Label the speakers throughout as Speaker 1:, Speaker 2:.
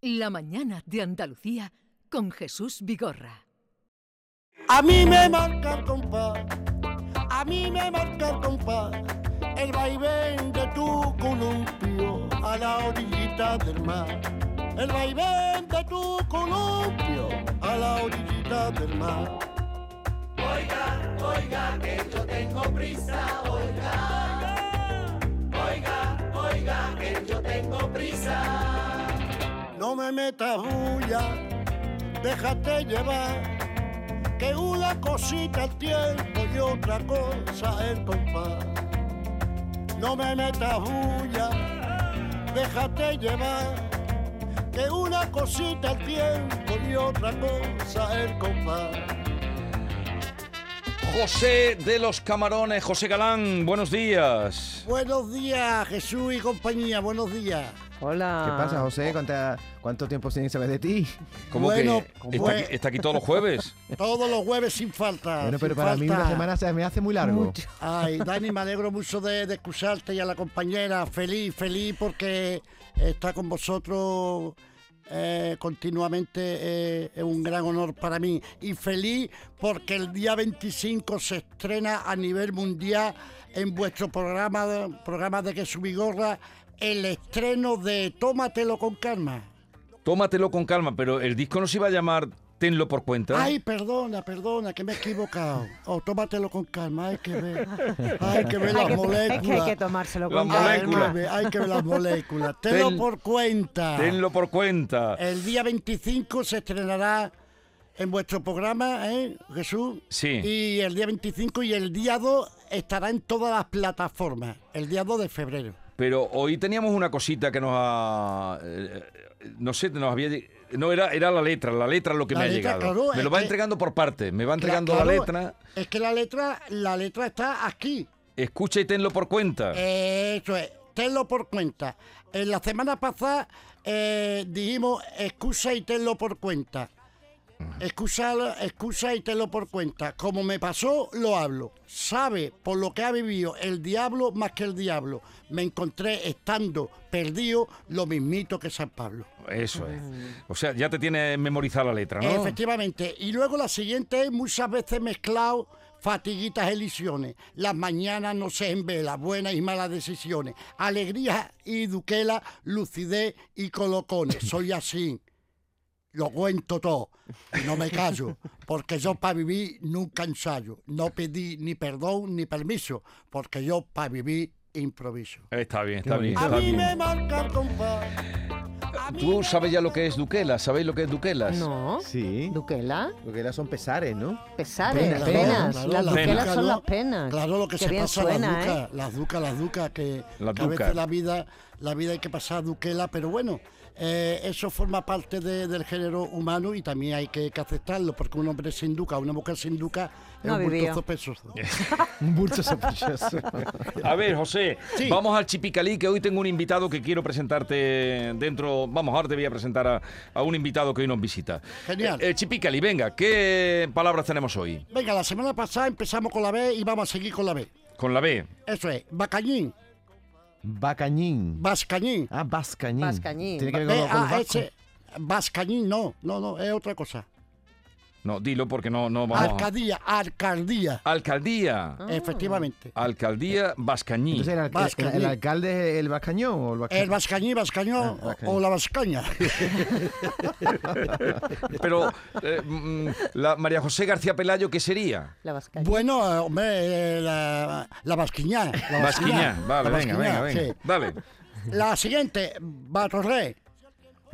Speaker 1: La mañana de Andalucía con Jesús Vigorra.
Speaker 2: A mí me marca el compás, a mí me marca el compás, el vaivén de tu columpio a la orillita del mar. El vaivén de tu columpio a la orillita del mar.
Speaker 3: Oiga, oiga, que yo tengo prisa, oiga. Oiga, oiga, que yo tengo prisa.
Speaker 2: No me metas bulla, déjate llevar, que una cosita el tiempo y otra cosa el compás. No me metas bulla, déjate llevar, que una cosita el tiempo y otra cosa el compás.
Speaker 4: José de los Camarones, José Galán, buenos días.
Speaker 2: Buenos días, Jesús y compañía, buenos días.
Speaker 5: Hola.
Speaker 6: ¿Qué pasa, José? ¿Cuánta- ¿Cuánto tiempo sin saber de ti?
Speaker 4: ¿Cómo
Speaker 2: Bueno,
Speaker 4: que está,
Speaker 2: pues-
Speaker 4: aquí, está aquí todos los jueves?
Speaker 2: Todos los jueves sin falta.
Speaker 6: Bueno, pero
Speaker 2: sin
Speaker 6: para mí
Speaker 2: Ah, falta.
Speaker 6: una semana se me hace muy largo.
Speaker 5: Mucho.
Speaker 2: Ay, Dani, me alegro mucho de, de escucharte y a la compañera. Feliz, feliz porque está con vosotros eh, continuamente. eh, es un gran honor para mí. Y feliz porque el día 25 se estrena a nivel mundial en vuestro programa, de- programa de que subigorra el estreno de Tómatelo con calma.
Speaker 4: Tómatelo con calma, pero el disco no se iba a llamar Tenlo por cuenta.
Speaker 2: Ay, perdona, perdona, que me he equivocado. O tómatelo con calma, hay que ver. Hay que ver
Speaker 5: Hay
Speaker 2: las
Speaker 5: que- es que hay
Speaker 2: moléculas.
Speaker 5: que tomárselo
Speaker 4: Las
Speaker 5: con
Speaker 2: Hay
Speaker 5: calma.
Speaker 4: moléculas.
Speaker 2: que ver- Hay que ver las moléculas.
Speaker 4: Ten-
Speaker 2: Tenlo por cuenta.
Speaker 4: Tenlo por cuenta.
Speaker 2: El día 25 se estrenará en vuestro programa, ¿eh, Jesús?
Speaker 4: Sí.
Speaker 2: Y el día 25 y el día 2 estará en todas las plataformas. El día 2 de febrero.
Speaker 4: Pero hoy teníamos una cosita que nos ha... eh, eh, No sé, nos había... lleg- No, era, era la letra, la letra es lo que
Speaker 2: La
Speaker 4: me ha
Speaker 2: letra,
Speaker 4: llegado.
Speaker 2: claro,
Speaker 4: me
Speaker 2: es
Speaker 4: lo va
Speaker 2: que-
Speaker 4: entregando por partes, me va entregando
Speaker 2: Claro,
Speaker 4: la letra.
Speaker 2: Es que la letra, la letra está aquí.
Speaker 4: Escucha y tenlo por cuenta.
Speaker 2: Eh. Eso es, tenlo por cuenta. En la semana pasada eh, dijimos excusa y tenlo por cuenta. Excusa, excusa y tenlo por cuenta. Como me pasó, lo hablo. Sabe por lo que ha vivido el diablo más que el diablo. Me encontré estando perdido lo mismito que San Pablo.
Speaker 4: Eso es.
Speaker 2: Mm.
Speaker 4: O sea, ya te tiene memorizada la letra, ¿no?
Speaker 2: Efectivamente. Y luego la siguiente es muchas veces mezclado fatiguitas elisiones, las mañanas no se en vela, buenas y malas decisiones, alegrías y duquela, lucidez y colocones. Soy así. Lo cuento todo, y no me callo, porque yo para vivir nunca ensayo. No pedí ni perdón ni permiso, porque yo para vivir improviso.
Speaker 4: Está bien, está bien.
Speaker 6: bonito.
Speaker 2: A
Speaker 4: está
Speaker 2: mí
Speaker 4: bien.
Speaker 2: me marca el compás. a mí
Speaker 4: Tú
Speaker 2: me
Speaker 4: sabes ya lo que es Duquela, ¿sabéis lo que es Duquelas?
Speaker 5: No.
Speaker 6: Sí.
Speaker 5: Duquela,
Speaker 6: Lo que era son pesares, ¿no?
Speaker 5: pesares,
Speaker 6: Pena,
Speaker 5: penas.
Speaker 2: claro,
Speaker 5: las
Speaker 2: la
Speaker 5: duquelas
Speaker 2: duca,
Speaker 5: son
Speaker 2: ¿no?
Speaker 5: las penas.
Speaker 2: Claro, lo que
Speaker 5: Qué
Speaker 2: se
Speaker 5: bien
Speaker 2: pasa
Speaker 5: suena,
Speaker 2: las
Speaker 5: ¿eh?
Speaker 2: ducas, las ducas, las ducas, que,
Speaker 4: Las
Speaker 2: que a
Speaker 4: ducas.
Speaker 2: veces la vida, la vida hay que pasar duquela, pero bueno, eh, eso forma parte de- del género humano y también hay que, que aceptarlo, porque un hombre sin duca, una mujer sin duca
Speaker 5: No
Speaker 2: es un
Speaker 5: vivió.
Speaker 2: bultozo pesoso.
Speaker 6: Un bulto sospechoso.
Speaker 4: A ver, José,
Speaker 2: Sí.
Speaker 4: vamos al Chipicalí, que hoy tengo un invitado que quiero presentarte dentro. Vamos, ahora te voy a presentar a, a un invitado que hoy nos visita.
Speaker 2: Genial.
Speaker 4: Eh, eh, Chipicalí, venga, ¿qué palabras tenemos hoy?
Speaker 2: Venga, la semana pasada empezamos con la B y vamos a seguir con la B.
Speaker 4: Con la B.
Speaker 2: Eso es, bacañín,
Speaker 6: Bacañín.
Speaker 2: vascañín.
Speaker 6: Ah, Bascañín.
Speaker 5: Vascañín.
Speaker 6: Tiene que ver
Speaker 2: Eh,
Speaker 6: con, los- con los vascos.
Speaker 2: B-A-S, vascañín, ah, no, no, no, es otra cosa.
Speaker 4: No, dilo porque no, no vamos. a-
Speaker 2: Alcaldía, alcaldía,
Speaker 4: Alcaldía.
Speaker 5: Ah.
Speaker 2: efectivamente.
Speaker 4: Alcaldía Vascañí.
Speaker 6: Entonces, el, alca-
Speaker 2: Vascañín.
Speaker 6: el- el alcalde es el Bascañón o el Vascañón.
Speaker 2: El vascañí, vascañón o- o la vascaña.
Speaker 4: Pero, eh, mm, la María José García Pelayo, ¿qué sería?
Speaker 5: La vascaña.
Speaker 2: Bueno, eh, hombre, eh, la, la vasquiñá. La
Speaker 4: Vasquiñá. Vale,
Speaker 2: la
Speaker 4: venga, venga,
Speaker 2: vasquiñá,
Speaker 4: venga.
Speaker 2: sí.
Speaker 4: Dale.
Speaker 2: La siguiente, Batorre.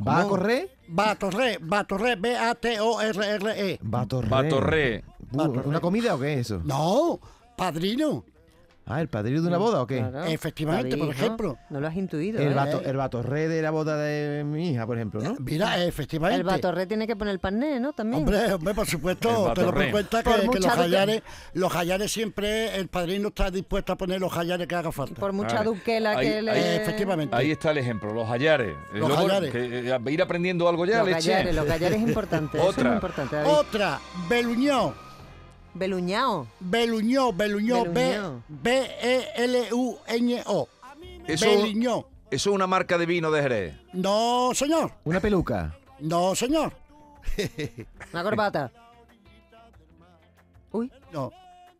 Speaker 6: ¿Va a correr?
Speaker 2: Batorre, Batorre, B-A-T-O-R-R-E.
Speaker 6: Va a torrer.
Speaker 4: Batorré.
Speaker 6: Uh, ¿Una comida o qué es eso?
Speaker 2: No, padrino.
Speaker 6: Ah, ¿el padrino de una boda o qué?
Speaker 5: Claro,
Speaker 2: Efectivamente,
Speaker 5: David,
Speaker 2: por
Speaker 5: ¿no?
Speaker 2: ejemplo.
Speaker 5: No lo has intuido.
Speaker 6: El,
Speaker 5: ¿eh?
Speaker 6: vato, el batorré de la boda de mi hija, por ejemplo, ¿no?
Speaker 2: Mira, efectivamente.
Speaker 5: Ah, El batorre tiene que poner el pané, ¿no? También.
Speaker 2: Hombre, hombre, por supuesto,
Speaker 4: El
Speaker 2: te lo
Speaker 4: Batorre.
Speaker 2: por cuenta
Speaker 5: Por
Speaker 2: que, que los
Speaker 5: mucha duque-
Speaker 2: jayares, los jayares siempre, el padrino está dispuesto a poner los jayares que haga falta.
Speaker 5: Por mucha
Speaker 4: Vale.
Speaker 5: duquela
Speaker 4: Ahí-
Speaker 5: que le...
Speaker 4: ahí-
Speaker 2: Eh, efectivamente.
Speaker 4: Ahí está el ejemplo, los hallares. Eh,
Speaker 2: Los hallares.
Speaker 4: que, eh, ir aprendiendo algo ya,
Speaker 5: Los
Speaker 4: leche.
Speaker 5: gallares, los gallares es importante. eso
Speaker 4: Otra.
Speaker 5: es importante, David.
Speaker 2: Otra, Beluñón.
Speaker 5: Beluñao.
Speaker 2: Beluñó, Beluñó, B- E
Speaker 5: Beluñó.
Speaker 2: B-E-L-U-N-O.
Speaker 4: Eso-
Speaker 2: Beluñó.
Speaker 4: Eso es una marca de vino de Jerez.
Speaker 2: No, señor.
Speaker 6: Una peluca.
Speaker 2: No, señor.
Speaker 5: Una corbata. Uy,
Speaker 2: No.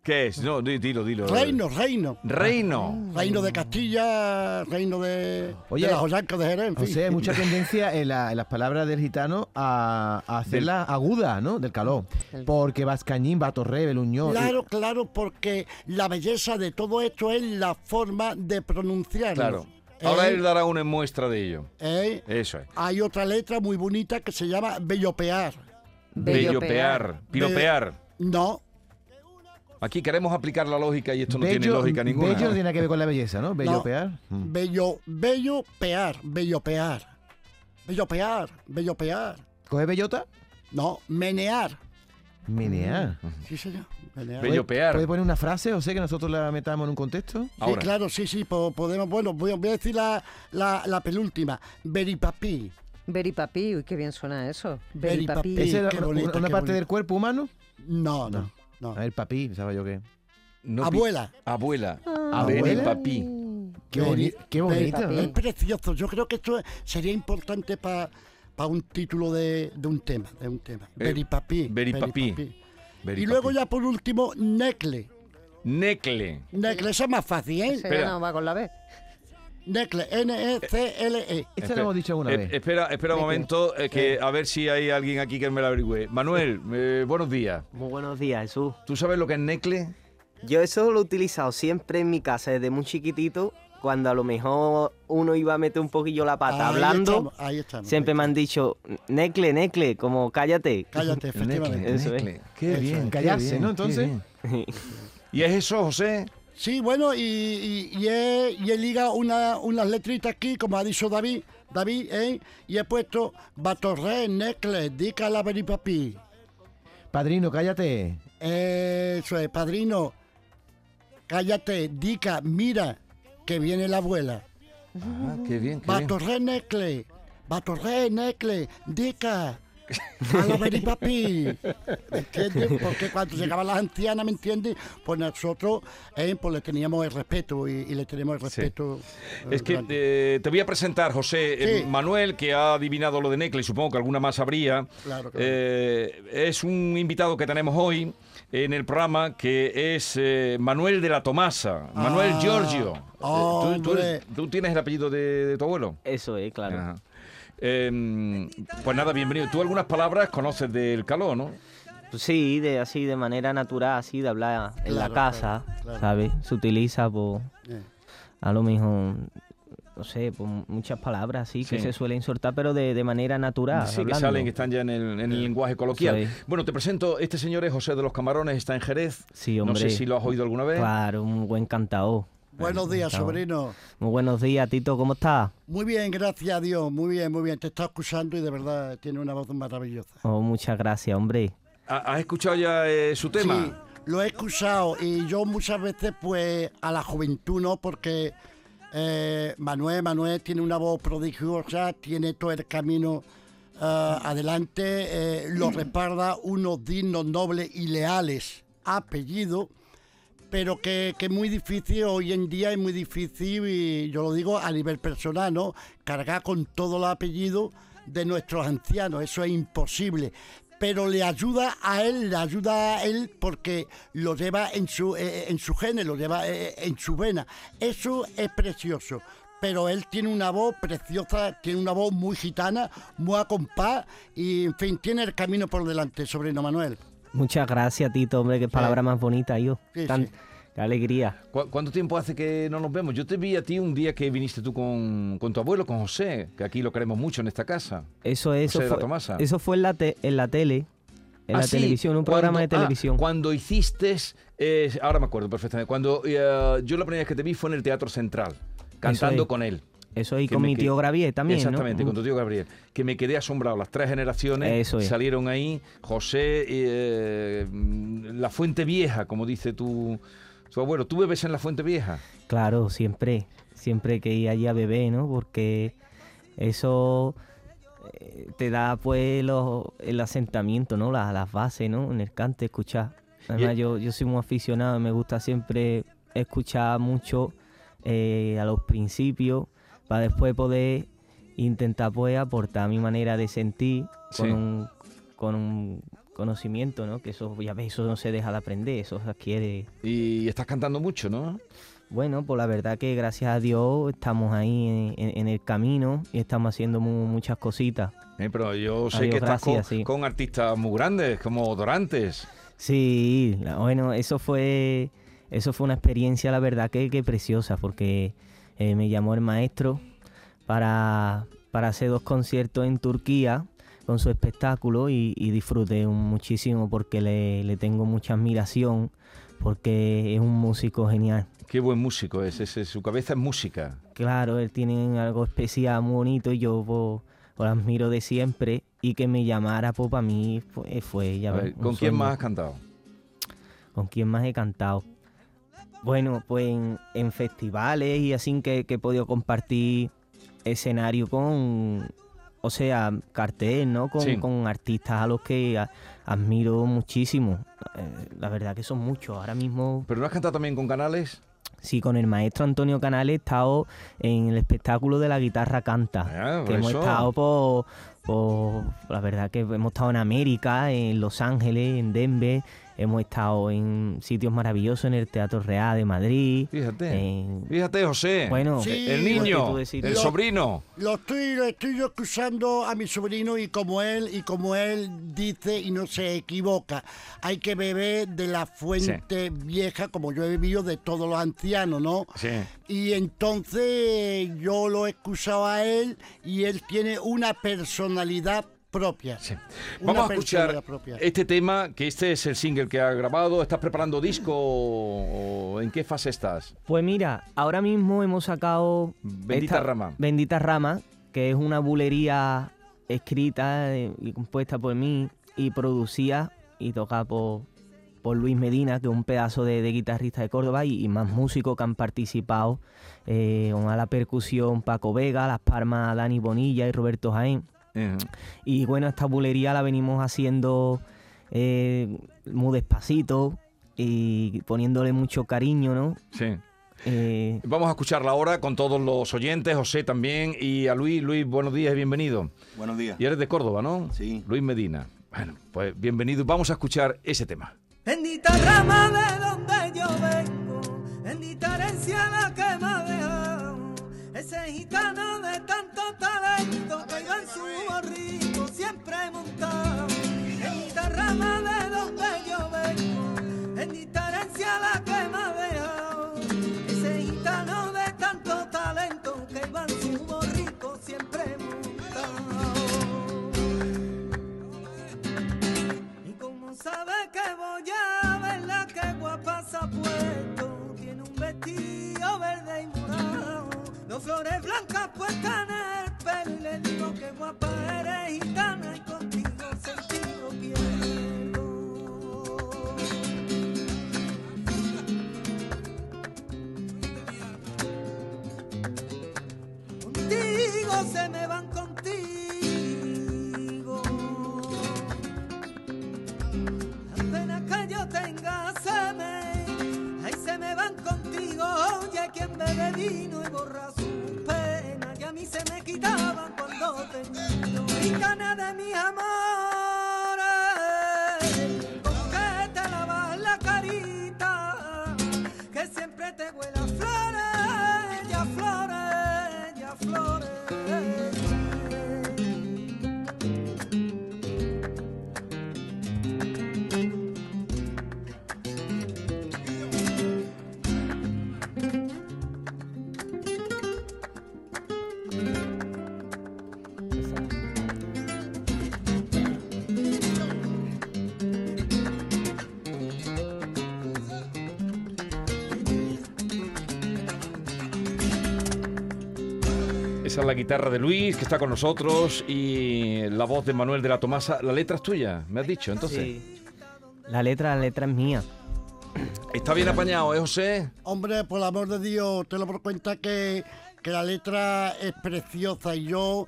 Speaker 4: ¿Qué es? No, di- dilo, dilo.
Speaker 2: Reino, reino.
Speaker 4: Reino.
Speaker 2: Reino de Castilla, reino de,
Speaker 6: Oye,
Speaker 2: de las Ollancas de Jerez, en
Speaker 6: O
Speaker 2: fin.
Speaker 6: sea, hay mucha tendencia en, la- en las palabras del gitano a, a hacerlas agudas, ¿no? Del calor. Porque Vascañín, Batorre, Beluñón.
Speaker 2: Claro, claro, porque la belleza de todo esto es la forma de pronunciarlo.
Speaker 4: Claro.
Speaker 2: Eh,
Speaker 4: Ahora él dará una muestra de ello.
Speaker 2: eh,
Speaker 4: Eso es.
Speaker 2: Hay otra letra muy bonita que se llama bellopear.
Speaker 4: Bellopear, piropear.
Speaker 2: No,
Speaker 4: Aquí queremos aplicar la lógica y esto no tiene
Speaker 6: Bello-
Speaker 4: lógica ninguna.
Speaker 6: Bello no tiene nada que ver con la belleza, ¿no? Bellopear. Mm.
Speaker 2: bello, bellopear, bellopear. Bellopear, bellopear.
Speaker 6: ¿Coge bellota?
Speaker 2: No, menear.
Speaker 6: Menear.
Speaker 2: Sí, señor, menear.
Speaker 4: Mm. Bello- Bellopear.
Speaker 6: ¿Puede poner una frase o sea que nosotros la metamos en un contexto?
Speaker 4: Ahora.
Speaker 2: Sí, claro, sí, sí, po- podemos. Bueno, voy, a- voy a decir la, la, la penúltima. Beripapi.
Speaker 5: Beripapi, uy, qué bien suena eso.
Speaker 2: Beripapi.
Speaker 5: Beripapi.
Speaker 2: Sí,
Speaker 6: ¿Esa era
Speaker 2: qué
Speaker 6: una,
Speaker 2: bonito,
Speaker 6: una
Speaker 2: qué Ah.
Speaker 6: parte
Speaker 2: bonito.
Speaker 6: del cuerpo humano?
Speaker 2: No, no, no.
Speaker 6: A ver, papi, pensaba yo que.
Speaker 4: No pi-
Speaker 2: Abuela.
Speaker 4: Abuela.
Speaker 6: ¿Abuela?
Speaker 4: Beni Papi.
Speaker 6: Qué,
Speaker 2: Beri-
Speaker 6: boni- qué bonito,
Speaker 5: Papi.
Speaker 2: Es
Speaker 6: ¿no?
Speaker 2: precioso. Yo creo que esto sería importante para un título de, de un tema. De un tema.
Speaker 6: Eh,
Speaker 2: Beripapi.
Speaker 4: Beripapi.
Speaker 2: Y luego ya por último, necle.
Speaker 4: Necle.
Speaker 2: Necle, esa es más fácil, ¿eh?
Speaker 5: Ese
Speaker 4: Espera.
Speaker 5: ya no va con la B.
Speaker 2: Necle, E N-E-C-L-E.
Speaker 6: Esta lo hemos dicho alguna
Speaker 4: Eh,
Speaker 6: vez.
Speaker 4: Espera, espera un momento, eh, que a ver si hay alguien aquí que me la averigüe. Manuel, eh, buenos días.
Speaker 7: Muy buenos días, Jesús.
Speaker 4: ¿Tú sabes lo que es necle?
Speaker 7: Yo eso lo he utilizado siempre en mi casa desde muy chiquitito. Cuando a lo mejor uno iba a meter un poquillo la pata
Speaker 2: Ahí
Speaker 7: hablando,
Speaker 2: estamos, ahí estamos.
Speaker 7: siempre me han dicho, necle, necle, como cállate.
Speaker 2: Cállate, efectivamente.
Speaker 7: Eso es.
Speaker 4: Qué
Speaker 2: Eso
Speaker 4: bien.
Speaker 2: es.
Speaker 4: qué
Speaker 6: Callarse,
Speaker 4: bien,
Speaker 6: ¿no?
Speaker 4: qué
Speaker 6: Entonces.
Speaker 4: bien. ¿Y es eso, José?
Speaker 2: Sí, bueno, y, y, y he, y he ligado una- unas letritas aquí, como ha dicho David, David, ¿eh? y he puesto Batorré, Necle, Dica la Beripapi.
Speaker 6: Padrino, cállate.
Speaker 2: Eso es, padrino. Cállate, Dica, mira, que viene la abuela.
Speaker 4: Ah, qué bien, qué bien.
Speaker 2: Batorré, Necle, Batorré, Necle, Dica. A la Beripapi. ¿Me entiendes? Porque cuando llegaban las ancianas, ¿me entiendes? Pues nosotros eh, pues le teníamos el respeto y, y le tenemos el respeto. eh,
Speaker 4: Es que
Speaker 2: grande.
Speaker 4: eh, te voy a presentar, José. Eh,
Speaker 2: Sí.
Speaker 4: Manuel, que ha adivinado lo de Necle, supongo que alguna más habría.
Speaker 2: Claro, claro.
Speaker 4: Eh, es un invitado que tenemos hoy en el programa que es eh, Manuel de la Tomasa, Manuel
Speaker 2: Ah,
Speaker 4: Giorgio. Eh, ¿tú- tú,
Speaker 2: hombre.
Speaker 4: tú tienes el apellido de, de tu abuelo?
Speaker 7: Eso es, claro.
Speaker 4: Ajá. Eh, pues nada, bienvenido. Tú algunas palabras conoces del calor, ¿no?
Speaker 7: Pues sí, de así, de manera natural, así, de hablar en la
Speaker 2: Claro,
Speaker 7: casa,
Speaker 2: claro.
Speaker 7: ¿sabes? Se utiliza, por
Speaker 2: Eh.
Speaker 7: a lo mejor, no sé, por muchas palabras así que
Speaker 4: Sí.
Speaker 7: se suelen soltar, pero de, de manera natural.
Speaker 4: Sí, que
Speaker 7: hablando.
Speaker 4: salen, que están ya en el, en el lenguaje coloquial.
Speaker 7: Eso
Speaker 4: Bueno, te presento, este señor es José de los Camarones, está en Jerez.
Speaker 7: Sí,
Speaker 4: No sé
Speaker 7: hombre.
Speaker 4: si lo has oído alguna vez.
Speaker 7: Claro, un buen cantador.
Speaker 2: Buenos días,
Speaker 7: Gustavo.
Speaker 2: sobrino.
Speaker 7: Muy buenos días, Tito, ¿cómo estás?
Speaker 2: Muy bien, gracias a Dios, muy bien, muy bien. Te está escuchando y de verdad tiene una voz maravillosa.
Speaker 7: Oh, muchas gracias, hombre.
Speaker 4: ¿Ha- ¿Has escuchado ya eh, su tema?
Speaker 2: Sí, lo he escuchado y yo muchas veces, pues, a la juventud no, porque eh, Manuel, Manuel tiene una voz prodigiosa, tiene todo el camino ah, adelante, eh, lo respalda unos dignos, nobles y leales apellidos. pero que, que es muy difícil, hoy en día es muy difícil, y yo lo digo a nivel personal, ¿no? Cargar con todos los apellidos de nuestros ancianos, eso es imposible. Pero le ayuda a él, le ayuda a él porque lo lleva en su, eh, en su genes, lo lleva eh, en su vena. Eso es precioso. Pero él tiene una voz preciosa, tiene una voz muy gitana, muy a compás y, en fin, tiene el camino por delante, sobrino Manuel.
Speaker 7: Muchas gracias, Tito, hombre, qué palabra más bonita, yo.
Speaker 2: Sí,
Speaker 7: Tan-
Speaker 2: sí.
Speaker 7: Qué alegría.
Speaker 4: ¿Cu- ¿Cuánto tiempo hace que no nos vemos? Yo te vi a ti un día que viniste tú con, con tu abuelo, con José, que aquí lo queremos mucho en esta casa.
Speaker 7: Eso, eso,
Speaker 4: José de la Tomasa.
Speaker 7: fue, eso fue en la, te- en la tele, en
Speaker 4: Ah,
Speaker 7: la
Speaker 4: sí,
Speaker 7: televisión, un
Speaker 4: cuando-
Speaker 7: programa de
Speaker 4: ah,
Speaker 7: televisión.
Speaker 4: cuando hiciste, eh, ahora me acuerdo perfectamente, cuando eh, yo la primera vez que te vi fue en el Teatro Central, cantando
Speaker 7: es.
Speaker 4: con él.
Speaker 7: eso y
Speaker 4: que
Speaker 7: con
Speaker 4: me
Speaker 7: mi
Speaker 4: que-
Speaker 7: tío Gravier también, ¿no?
Speaker 4: Exactamente, con tu tío Gabriel. Que me quedé asombrado. Las tres generaciones
Speaker 7: Eso es.
Speaker 4: salieron ahí. José, eh, la Fuente Vieja, como dice tu, tu abuelo. ¿Tú bebes en la Fuente Vieja?
Speaker 7: Claro, siempre, siempre que ir allí a beber, ¿no? Porque eso eh, te da pues los- el asentamiento, ¿no? Las, las bases, ¿no? En el cante, escuchar. Además, yo, yo soy muy aficionado, me gusta siempre escuchar mucho eh, a los principios para después poder intentar pues aportar mi manera de sentir con,
Speaker 4: Sí.
Speaker 7: un, con un conocimiento, ¿no? Que eso, ya ves, eso no se deja de aprender, eso se adquiere.
Speaker 4: Y estás cantando mucho, ¿no?
Speaker 7: Bueno, pues la verdad que gracias a Dios estamos ahí en, en- en el camino y estamos haciendo mu- muchas cositas.
Speaker 4: Eh, pero yo sé
Speaker 7: Adiós,
Speaker 4: que estás
Speaker 7: gracias,
Speaker 4: con,
Speaker 7: sí.
Speaker 4: con artistas muy grandes, como Dorantes.
Speaker 7: Sí, la- bueno, eso fue, eso fue una experiencia, la verdad, que, que preciosa, porque eh, me llamó el maestro para, para hacer dos conciertos en Turquía con su espectáculo y, y disfruté un- muchísimo porque le, le tengo mucha admiración, porque es un músico genial.
Speaker 4: Qué buen músico es, ese, su cabeza es música.
Speaker 7: Claro, él tiene algo especial, muy bonito, y yo po, lo admiro de siempre, y que me llamara, pues para mí fue, fue, ya
Speaker 4: A
Speaker 7: ves,
Speaker 4: ver,
Speaker 7: un
Speaker 4: ¿Con quién
Speaker 7: sueño.
Speaker 4: más has cantado?
Speaker 7: ¿Con quién más he cantado? Bueno, pues en, en festivales y así que, que he podido compartir escenario con, o sea, cartel, ¿no? Con,
Speaker 4: Sí.
Speaker 7: con artistas a los que a- admiro muchísimo. Eh, la verdad que son muchos. Ahora mismo,
Speaker 4: ¿Pero no has cantado también con Canales?
Speaker 7: sí, con el maestro Antonio Canales he estado en el espectáculo de la guitarra
Speaker 4: Ah,
Speaker 7: canta.
Speaker 4: por
Speaker 7: que hemos
Speaker 4: eso.
Speaker 7: estado por, por- la verdad que hemos estado en América, en Los Ángeles, en Denver, hemos estado en sitios maravillosos, en el Teatro Real de Madrid.
Speaker 4: Fíjate.
Speaker 7: en-
Speaker 4: Fíjate, José.
Speaker 7: bueno, pues,
Speaker 2: Sí,
Speaker 4: el
Speaker 7: multitud
Speaker 4: niño,
Speaker 7: de sitios.
Speaker 4: el sobrino.
Speaker 2: Lo estoy, lo estoy yo escuchando a mi sobrino y como él, y como él dice y no se equivoca, hay que beber de la fuente vieja, como yo he bebido de todos los ancianos, ¿no?
Speaker 4: Sí.
Speaker 2: Y entonces yo lo he escuchado a él y él tiene una personalidad propia.
Speaker 4: Sí.
Speaker 2: Una
Speaker 4: Vamos a escuchar
Speaker 2: personalidad propia.
Speaker 4: este tema, que este es el single que ha grabado. ¿Estás preparando disco o o en qué fase estás?
Speaker 7: Pues mira, ahora mismo hemos sacado...
Speaker 4: Bendita Rama.
Speaker 7: Bendita Rama, que es una bulería escrita eh, y compuesta por mí y producida y tocada por, por Luis Medina, que es un pedazo de, de guitarrista de Córdoba y, y más músicos que han participado. eh, a la percusión Paco Vega, las palmas Dani Bonilla y Roberto Jaén.
Speaker 4: Ujú.
Speaker 7: Y bueno, esta bulería la venimos haciendo eh, muy despacito y poniéndole mucho cariño, ¿no?
Speaker 4: Sí.
Speaker 7: Eh,
Speaker 4: Vamos a escucharla ahora con todos los oyentes, José también y a Luis. Luis, buenos días y bienvenido.
Speaker 8: Buenos días.
Speaker 4: Y eres de Córdoba, ¿no?
Speaker 8: Sí.
Speaker 4: Luis Medina. Bueno, pues bienvenido. Vamos a escuchar ese tema.
Speaker 9: Bendita rama de donde yo vengo, bendita herencia la que me ha dejado. Ese gitano de tanto talento que yo en su borrico siempre he montado. Bendita rama de donde yo vengo, bendita herencia la que me ha dejado. Ese gitano de tanto talento que iba en su borrico siempre he montado. Y como sabe que voy a verla, que guapa se ha puesto. Tiene un vestido verde y morado. Dos flores blancas puestas en el pelo. Y le digo que guapa eres gitana y contigo sentido pierdo. Contigo se me van contigo. Las penas que yo tenga se me, ahí se me van contigo. Oye, quien bebe vino y borra su pena, y a mí se me quitaban cuando te miro. Gitana de mis amores, ¿con qué te lavas la carita? Que siempre te huela a flores, ya flores, ya flores.
Speaker 4: Esa es la guitarra de Luis, que está con nosotros, y la voz de Manuel de la Tomasa. La letra es tuya, me has dicho, entonces.
Speaker 7: sí. La letra, la letra es mía.
Speaker 4: Está bien apañado, ¿eh, José?
Speaker 2: Hombre, por el amor de Dios, te lo por cuenta que, que la letra es preciosa y yo,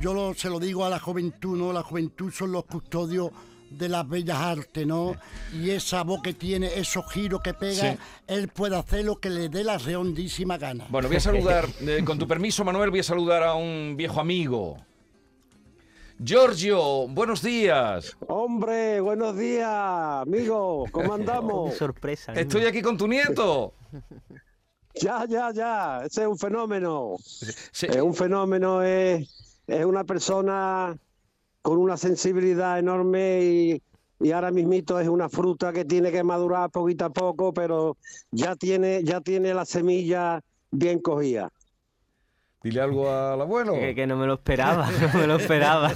Speaker 2: yo lo- se lo digo a la juventud, ¿no? La juventud son los custodios de las bellas artes, ¿no? Y esa voz que tiene, esos giros que pega,
Speaker 4: Sí.
Speaker 2: él puede hacer lo que le dé la redondísima gana.
Speaker 4: Bueno, voy a saludar, eh, con tu permiso, Manuel, voy a saludar a un viejo amigo. Giorgio, buenos días.
Speaker 8: Hombre, buenos días, amigos. ¿Cómo
Speaker 7: Qué
Speaker 8: andamos?
Speaker 7: sorpresa. niño.
Speaker 4: Estoy aquí con tu nieto.
Speaker 8: Ya, ya, ya. Ese es un fenómeno.
Speaker 4: Sí.
Speaker 8: Es Eh, un fenómeno, es, es una persona con una sensibilidad enorme y, y ahora mismito es una fruta que tiene que madurar poquito a poco, pero ya tiene, ya tiene la semilla bien cogida.
Speaker 4: Dile algo al abuelo.
Speaker 7: Que, que no me lo esperaba, no me lo esperaba.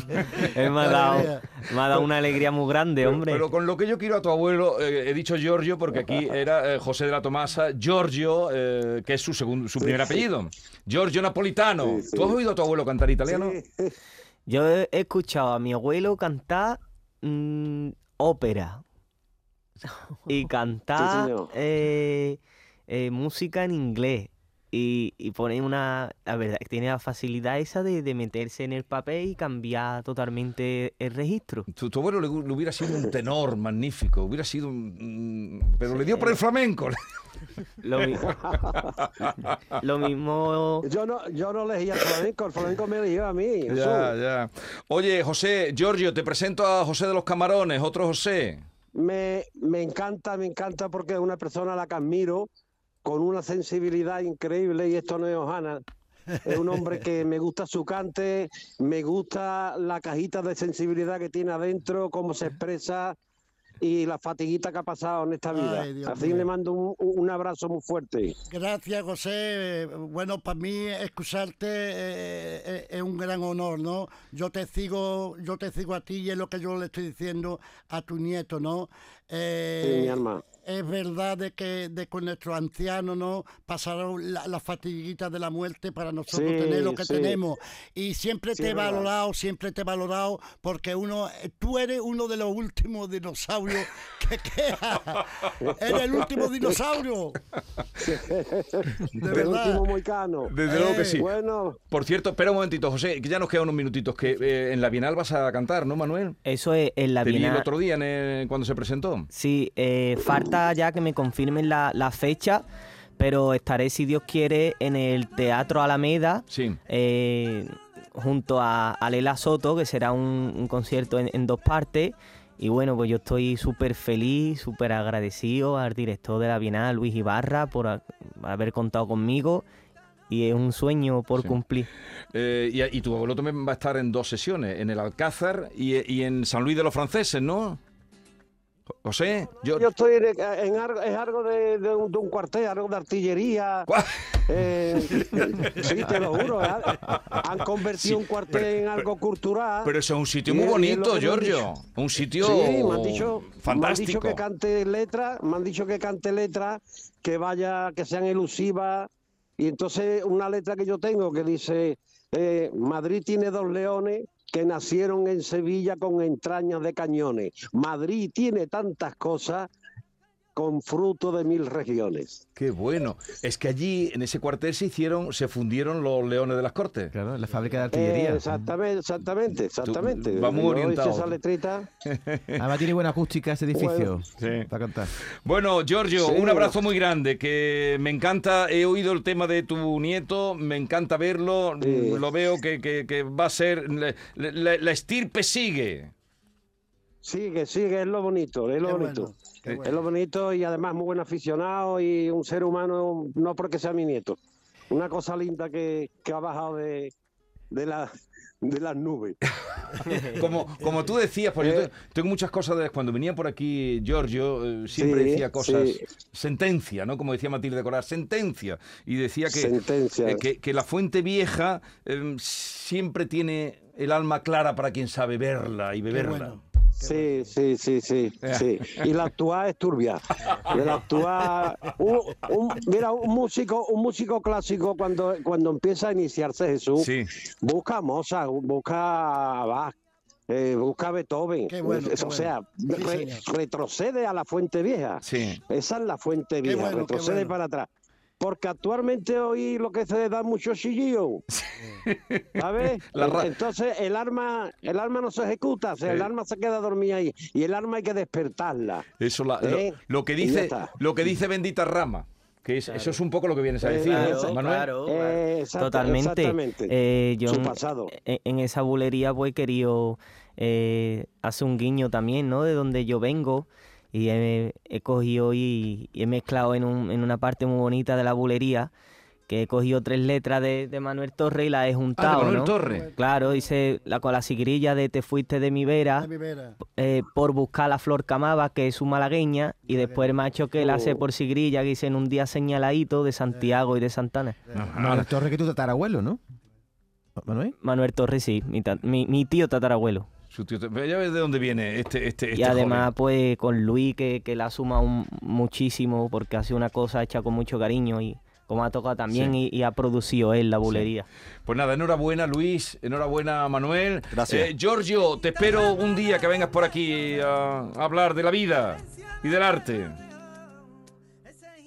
Speaker 7: Él me ha
Speaker 2: Eh,
Speaker 7: dado, me ha dado una alegría muy grande, hombre.
Speaker 4: Pero con lo que yo quiero a tu abuelo, eh, he dicho Giorgio porque aquí era eh, José de la Tomasa, Giorgio, eh, que es su, segun- su primer apellido. Giorgio Napolitano.
Speaker 8: Sí, sí.
Speaker 4: ¿Tú has oído a tu abuelo cantar italiano?
Speaker 8: Sí.
Speaker 7: Yo he he escuchado a mi abuelo cantar mm, ópera y cantar
Speaker 8: señor.
Speaker 7: eh, eh, música en inglés. Y, y pone una. La verdad, que tiene la facilidad esa de, de meterse en el papel y cambiar totalmente el registro.
Speaker 4: Tu, tu abuelo le, gu- le hubiera sido un tenor magnífico, hubiera sido un... mm, Pero le dio por el flamenco.
Speaker 7: Lo, mi- lo mismo.
Speaker 8: Yo no, yo no elegí al flamenco, el flamenco me eligió a mí. Jesús.
Speaker 4: ya, ya. Oye, José, Giorgio, te presento a José de los Camarones, otro José.
Speaker 8: Me, me encanta, me encanta porque es una persona a la que admiro con una sensibilidad increíble y esto no es Ojana. Es un hombre que me gusta su cante, me gusta la cajita de sensibilidad que tiene adentro, cómo se expresa y la fatiguita que ha pasado en esta vida.
Speaker 2: Ay, Dios
Speaker 8: Así
Speaker 2: mío.
Speaker 8: le mando un, un abrazo muy fuerte.
Speaker 2: Gracias, José. Eh, Bueno, para mí escucharte eh, eh, es un gran honor, ¿no? Yo te sigo, yo te sigo a ti y es lo que yo le estoy diciendo a tu nieto, ¿no?
Speaker 8: Sí,
Speaker 2: Eh,
Speaker 8: mi alma.
Speaker 2: es verdad de que de con nuestros ancianos no pasaron la, la fatiguita de la muerte para nosotros
Speaker 8: Sí,
Speaker 2: tener lo que
Speaker 8: sí.
Speaker 2: tenemos y siempre
Speaker 8: Sí,
Speaker 2: te he
Speaker 8: es verdad.
Speaker 2: valorado siempre te he valorado porque uno eh, tú eres uno de los últimos dinosaurios que queda eres el último dinosaurio de
Speaker 8: El
Speaker 2: verdad
Speaker 8: último moicano. Eh,
Speaker 4: Desde luego que sí.
Speaker 8: Bueno,
Speaker 4: Por cierto, espera un momentito, José, que ya nos quedan unos minutitos, que eh, en la Bienal vas a cantar, ¿no, Manuel?
Speaker 7: Eso es en la
Speaker 4: Te vi el
Speaker 7: Bienal-
Speaker 4: otro día en el- cuando se presentó.
Speaker 7: Sí, eh, falta ya que me confirmen la, la fecha, pero estaré, si Dios quiere, en el Teatro Alameda
Speaker 4: Sí.
Speaker 7: eh, junto a, a Lela Soto, que será un, un concierto en, en dos partes. Y bueno, pues yo estoy súper feliz, súper agradecido al director de la Bienal, Luis Ibarra, por a- haber contado conmigo. Y es un sueño por
Speaker 4: Sí.
Speaker 7: cumplir.
Speaker 4: Eh, y, y tu abuelo también va a estar en dos sesiones, en el Alcázar y, y en San Luis de los Franceses, ¿no? Jo- José, yo...
Speaker 8: yo estoy en, en algo, es algo de, de un, de un cuartel, algo de artillería.
Speaker 4: ¿Cuá-
Speaker 8: Eh, sí, te lo juro. ¿eh? Han convertido
Speaker 4: Sí,
Speaker 8: un cuartel
Speaker 4: pero-
Speaker 8: en algo cultural.
Speaker 4: Pero eso es un sitio
Speaker 8: Y
Speaker 4: muy
Speaker 8: es- y es lo
Speaker 4: bonito,
Speaker 8: que me han
Speaker 4: Giorgio.
Speaker 8: dicho.
Speaker 4: Un sitio
Speaker 8: sí, me han dicho, me han dicho
Speaker 4: fantástico.
Speaker 8: que cante letras, me han dicho que cante letras, que vaya, que sean elusivas. Y entonces una letra que yo tengo que dice, eh, Madrid tiene dos leones que nacieron en Sevilla con entrañas de cañones. Madrid tiene tantas cosas con fruto de mil regiones.
Speaker 4: Qué bueno. Es que allí, en ese cuartel, se hicieron, se fundieron los leones de las cortes.
Speaker 6: Claro, la fábrica de
Speaker 8: Eh,
Speaker 6: artillería.
Speaker 8: exactamente, exactamente, exactamente.
Speaker 4: va muy
Speaker 8: Yo hice
Speaker 4: orientado.
Speaker 8: esa letrita.
Speaker 6: Además tiene buena acústica ese edificio.
Speaker 4: Sí.
Speaker 6: Para cantar.
Speaker 4: Bueno, Giorgio,
Speaker 8: Sí.
Speaker 4: un abrazo muy grande, que me encanta, he oído el tema de tu nieto, me encanta verlo,
Speaker 8: Sí.
Speaker 4: lo veo que, que- que va a ser, la, la- la estirpe sigue.
Speaker 8: Sigue, sigue, es lo bonito, es lo
Speaker 2: Qué
Speaker 8: bonito.
Speaker 2: bueno, qué
Speaker 4: Eh,
Speaker 8: Es lo bonito y además muy buen aficionado y un ser humano, no porque sea mi nieto. Una cosa linda que, que ha bajado de, de, la, de las nubes.
Speaker 4: Como, como tú decías, pues yo
Speaker 8: Eh.
Speaker 4: te- tengo muchas cosas, de, cuando venía por aquí Giorgio, eh, siempre
Speaker 8: Sí,
Speaker 4: decía cosas,
Speaker 8: sí.
Speaker 4: sentencia, ¿no? Como decía Matilde Coraz, sentencia. Y decía que,
Speaker 8: Sentencia.
Speaker 4: eh, que, que la fuente vieja eh, siempre tiene el alma clara para quien sabe verla y
Speaker 2: Qué
Speaker 4: beberla.
Speaker 2: bueno.
Speaker 8: Sí, sí, sí, sí, sí. Y la actual es turbia. Y la actual, un, un- mira, un músico, un músico clásico cuando, cuando empieza a iniciarse Jesús,
Speaker 4: Sí.
Speaker 8: busca a Mozart, busca a Bach, eh, busca a Beethoven.
Speaker 2: Qué bueno, qué
Speaker 8: o sea,
Speaker 2: bueno. Sí,
Speaker 8: re-
Speaker 2: señor.
Speaker 8: retrocede a la fuente vieja.
Speaker 4: Sí.
Speaker 8: Esa es la fuente vieja,
Speaker 2: bueno, qué
Speaker 8: retrocede
Speaker 2: bueno.
Speaker 8: para atrás. porque actualmente hoy lo que se da mucho chillillo. ¿Sabes?
Speaker 4: La ra-
Speaker 8: Entonces el arma, el arma no se ejecuta, o sea, el
Speaker 4: Sí.
Speaker 8: arma se queda dormida ahí y el arma hay que despertarla.
Speaker 4: Eso la- lo,
Speaker 8: Eh,
Speaker 4: lo que
Speaker 8: y ya
Speaker 4: dice,
Speaker 8: está.
Speaker 4: lo que dice bendita rama, que es- eso es un poco lo que vienes a
Speaker 8: Eh,
Speaker 4: decir, ¿no,
Speaker 8: claro,
Speaker 4: Manuel. Ah,
Speaker 8: Eh,
Speaker 10: claro.
Speaker 8: exacta-
Speaker 7: Totalmente.
Speaker 8: Exactamente.
Speaker 7: Eh, yo
Speaker 8: Su
Speaker 7: en-
Speaker 8: pasado.
Speaker 7: En, en esa bulería pues he querido eh, hacer un guiño también, ¿no? De donde yo vengo y he, he cogido y, y he mezclado en, un- en una parte muy bonita de la bulería que he cogido tres letras de, de Manuel Torre y las he juntado,
Speaker 4: Manuel
Speaker 7: ¿no?
Speaker 4: Torre.
Speaker 7: Claro, hice la, con la sigrilla de Te fuiste de mi vera
Speaker 2: De mi vera.
Speaker 7: eh, por buscar la flor camaba, que es su malagueña, y después el macho que la hace por sigrilla, que hice en un día señaladito de Santiago y de Santana.
Speaker 6: Manuel Torres, que tu tatarabuelo, ¿no? Manuel.
Speaker 7: Manuel Torres, sí, mi, ta- mi- mi tío tatarabuelo.
Speaker 4: Su tío- pero ya ves de dónde viene este, este,
Speaker 7: y
Speaker 4: este
Speaker 7: además,
Speaker 4: joven.
Speaker 7: pues, con Luis, que, que la suma un- muchísimo, porque hace una cosa hecha con mucho cariño y como ha tocado también y, y ha producido él la bulería.
Speaker 4: Pues nada, enhorabuena Luis, enhorabuena Manuel.
Speaker 10: Gracias.
Speaker 4: Eh, Giorgio, te espero un día que vengas por aquí a, a hablar de la vida y del arte.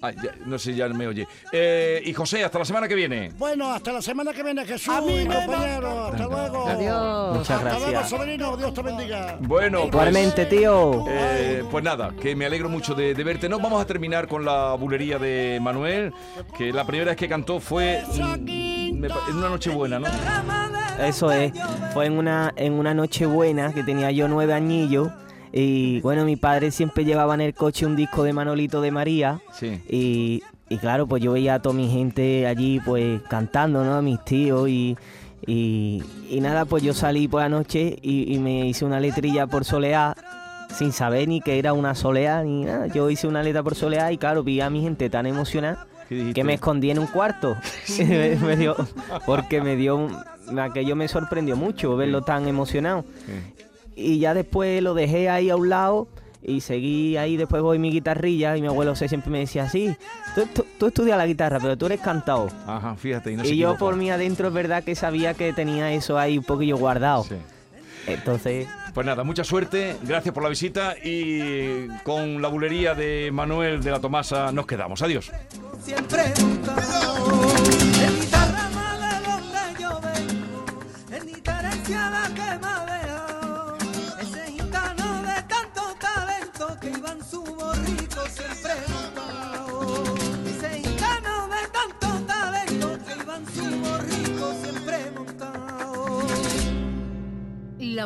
Speaker 4: Ah, ya- no sé, ya me oye. Eh, y José, hasta la semana que viene.
Speaker 2: Bueno, hasta la semana que viene, Jesús.
Speaker 9: A mí me
Speaker 2: compañero. Hasta luego.
Speaker 5: Adiós.
Speaker 7: Muchas
Speaker 2: Hasta luego,
Speaker 7: gracias.
Speaker 2: sobrino. Dios te bendiga.
Speaker 4: Bueno, pues-
Speaker 7: Igualmente, tío.
Speaker 4: Eh, pues nada, que me alegro mucho de, de verte. No vamos a terminar con la bulería de Manuel, que la primera vez que cantó fue mm, me pa- en una noche buena, ¿no?
Speaker 7: Eso es, fue en una, en una noche buena que tenía yo nueve añillos. Y bueno, mi padre siempre llevaba en el coche un disco de Manolito de María.
Speaker 4: Sí.
Speaker 7: Y, y claro, pues yo veía a toda mi gente allí pues cantando, ¿no? A mis tíos y, y, y nada, pues yo salí por la noche y, y me hice una letrilla por soleá sin saber ni que era una soleá ni nada. Yo hice una letra por soleá y claro, vi a mi gente tan emocionada
Speaker 4: ¿Qué dijiste?
Speaker 7: que me escondí en un cuarto. Me- me dio- porque me dio... un- Aquello me sorprendió mucho verlo tan emocionado
Speaker 4: Sí.
Speaker 7: y ya después lo dejé ahí a un lado y seguí ahí, después voy mi guitarrilla y mi abuelo se- siempre me decía, sí, tú, tú- tú estudias la guitarra, pero tú eres cantado.
Speaker 4: Ajá, fíjate. Y, no se
Speaker 7: y yo
Speaker 4: equivoca.
Speaker 7: por mí adentro es verdad que sabía que tenía eso ahí un poquillo guardado.
Speaker 4: Sí.
Speaker 7: Entonces,
Speaker 4: Pues nada, mucha suerte, gracias por la visita y con la bulería de Manuel de la Tomasa nos quedamos. Adiós.
Speaker 9: siempre buscando. Es mi derrama de donde yo vengo, es mi carencia la que me ha dejado. Ese gitano de tanto talento que iba en su borrico siempre buscado. Ese gitano de tanto talento que iba en su borrico siempre montado.
Speaker 1: La